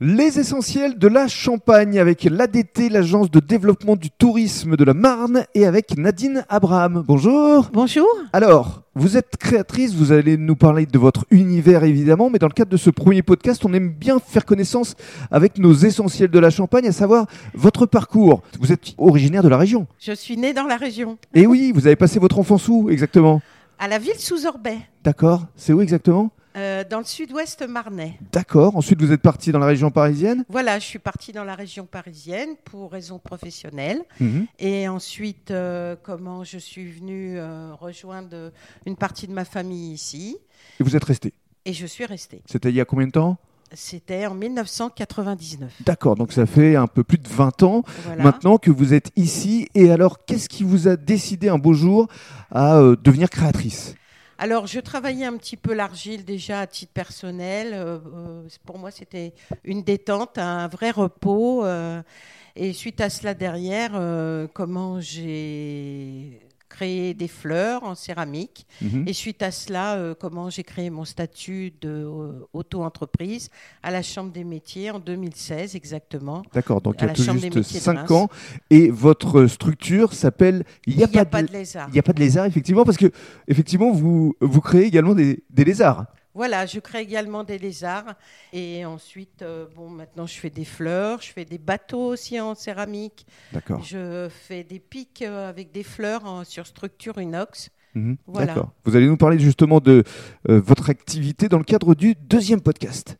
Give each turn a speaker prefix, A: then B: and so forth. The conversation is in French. A: Les essentiels de la Champagne avec l'ADT, l'agence de développement du tourisme de la Marne, et avec Nadine Abraham. Bonjour.
B: Bonjour.
A: Alors, vous êtes créatrice, vous allez nous parler de votre univers évidemment, mais dans le cadre de ce premier podcast, on aime bien faire connaissance avec nos essentiels de la Champagne, à savoir votre parcours. Vous êtes originaire de la région.
B: Je suis née dans la région,
A: Et Eh oui, vous avez passé votre enfance où exactement
B: à la ville sous Orbais,
A: D'accord. C'est où exactement
B: euh, dans le sud-ouest marnais.
A: D'accord. Ensuite, vous êtes parti dans la région parisienne.
B: Voilà, je suis partie dans la région parisienne pour raisons professionnelles.
A: Mhm.
B: Et ensuite, euh, comment je suis venue euh, rejoindre une partie de ma famille ici.
A: Et vous êtes resté.
B: Et je suis restée.
A: C'était il y a combien de temps
B: C'était en 1999.
A: D'accord, donc ça fait un peu plus de 20 ans
B: Voilà.
A: maintenant que vous êtes ici. Et alors, qu'est-ce qui vous a décidé un beau jour à euh, devenir créatrice
B: Alors, je travaillais un petit peu l'argile déjà à titre personnel. Euh, euh, pour moi, c'était une détente, un vrai repos. euh, et suite à cela, derrière, euh, comment j'ai créé des fleurs en céramique.
A: Mhm.
B: Et suite à cela, euh, comment j'ai créé mon statut d'auto-entreprise à la Chambre des métiers en 2016 exactement.
A: D'accord, donc
B: à
A: il y a
B: la
A: tout
B: Chambre des
A: juste
B: métiers de
A: 5
B: Reims.
A: ans. Et votre structure s'appelle Il n'y a, pas de...
B: lézard.
A: Il n'y a pas de lézard, effectivement, parce que effectivement, vous, vous créez également des, des lézards.
B: Voilà, je crée également des lézards. Et ensuite, euh, bon, maintenant, je fais des fleurs, je fais des bateaux aussi en céramique.
A: D'accord.
B: Je fais des pics euh, avec des fleurs en- sur structure inox.
A: Mhm.
B: Voilà.
A: D'accord. Vous allez nous parler justement de euh, votre activité dans le cadre du deuxième podcast.